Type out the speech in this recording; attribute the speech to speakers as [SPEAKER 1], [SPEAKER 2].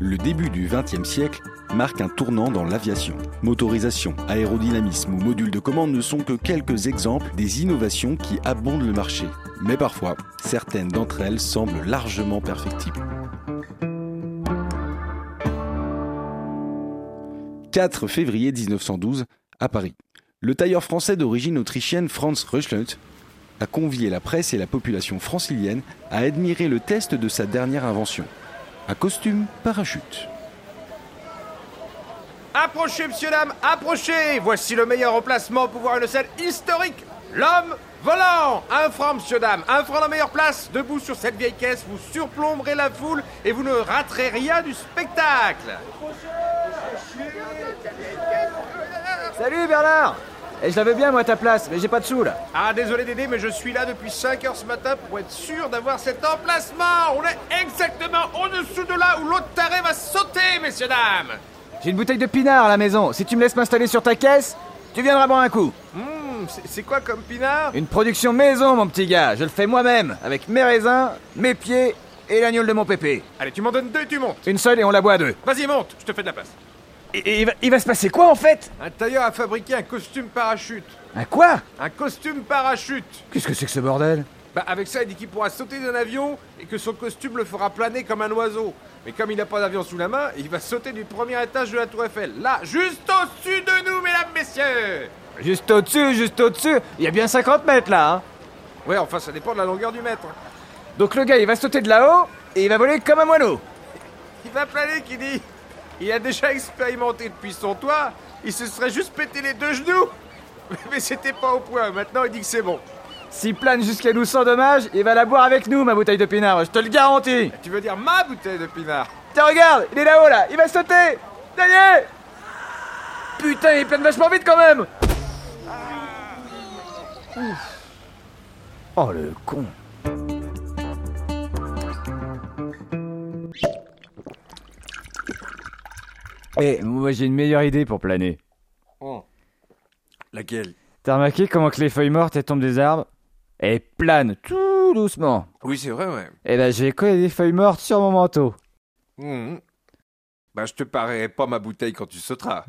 [SPEAKER 1] Le début du XXe siècle marque un tournant dans l'aviation. Motorisation, aérodynamisme ou module de commande ne sont que quelques exemples des innovations qui abondent le marché. Mais parfois, certaines d'entre elles semblent largement perfectibles. « 4 février 1912, à Paris. Le tailleur français d'origine autrichienne Franz Röchleut a convié la presse et la population francilienne à admirer le test de sa dernière invention, un costume parachute.
[SPEAKER 2] Approchez, monsieur, dame, approchez Voici le meilleur emplacement pour voir une scène historique L'homme volant Un franc, monsieur, dame, un franc la meilleure place Debout sur cette vieille caisse, vous surplomberez la foule et vous ne raterez rien du spectacle
[SPEAKER 3] Salut Bernard Et je l'avais bien moi à ta place, mais j'ai pas de sous là
[SPEAKER 2] Ah, désolé Dédé, mais je suis là depuis 5 heures ce matin pour être sûr d'avoir cet emplacement On est exactement au-dessous de là où l'autre taré va sauter, messieurs, dames
[SPEAKER 3] J'ai une bouteille de pinard à la maison, si tu me laisses m'installer sur ta caisse, tu viendras boire un coup
[SPEAKER 2] Hum, c'est- c'est quoi comme pinard
[SPEAKER 3] Une production maison mon petit gars, je le fais moi-même, avec mes raisins, mes pieds et l'agneau de mon pépé.
[SPEAKER 2] Allez, tu m'en donnes deux et tu montes
[SPEAKER 3] Une seule et on la boit à deux.
[SPEAKER 2] Vas-y, monte, je te fais de la place
[SPEAKER 3] Et, et il, va, il va se passer quoi en fait
[SPEAKER 2] Un tailleur a fabriqué un costume parachute
[SPEAKER 3] Un quoi
[SPEAKER 2] Un costume parachute
[SPEAKER 3] Qu'est-ce que c'est que ce bordel
[SPEAKER 2] Bah avec ça, il dit qu'il pourra sauter d'un avion et que son costume le fera planer comme un oiseau. Mais comme il n'a pas d'avion sous la main, il va sauter du premier étage de la tour Eiffel. Là, juste au-dessus de nous, mesdames, messieurs
[SPEAKER 3] Juste au-dessus, juste au-dessus, il y a bien 50 mètres là hein.
[SPEAKER 2] Ouais, enfin, ça dépend de la longueur du mètre. hein.
[SPEAKER 3] Donc le gars il va sauter de là-haut et il va voler comme un moineau.
[SPEAKER 2] Il va planer, qui dit Il a déjà expérimenté depuis son toit, il se serait juste pété les deux genoux Mais c'était pas au point, maintenant il dit que c'est bon.
[SPEAKER 3] S'il plane jusqu'à nous sans dommage, il va la boire avec nous ma bouteille de pinard, je te le garantis
[SPEAKER 2] Tu veux dire ma bouteille de pinard
[SPEAKER 3] Tiens, regarde, il est là-haut, là, il va sauter Ça y est Putain, il plane vachement vite, quand même Ouf. Oh, le con Eh, moi j'ai une meilleure idée pour planer.
[SPEAKER 2] Oh. Laquelle
[SPEAKER 3] T'as remarqué comment que les feuilles mortes elles tombent des arbres Elles planent tout doucement.
[SPEAKER 2] Oui, c'est vrai, ouais.
[SPEAKER 3] Eh ben je vais coller des feuilles mortes sur mon manteau.
[SPEAKER 2] Mmh. Bah, je te parerai pas ma bouteille quand tu sauteras.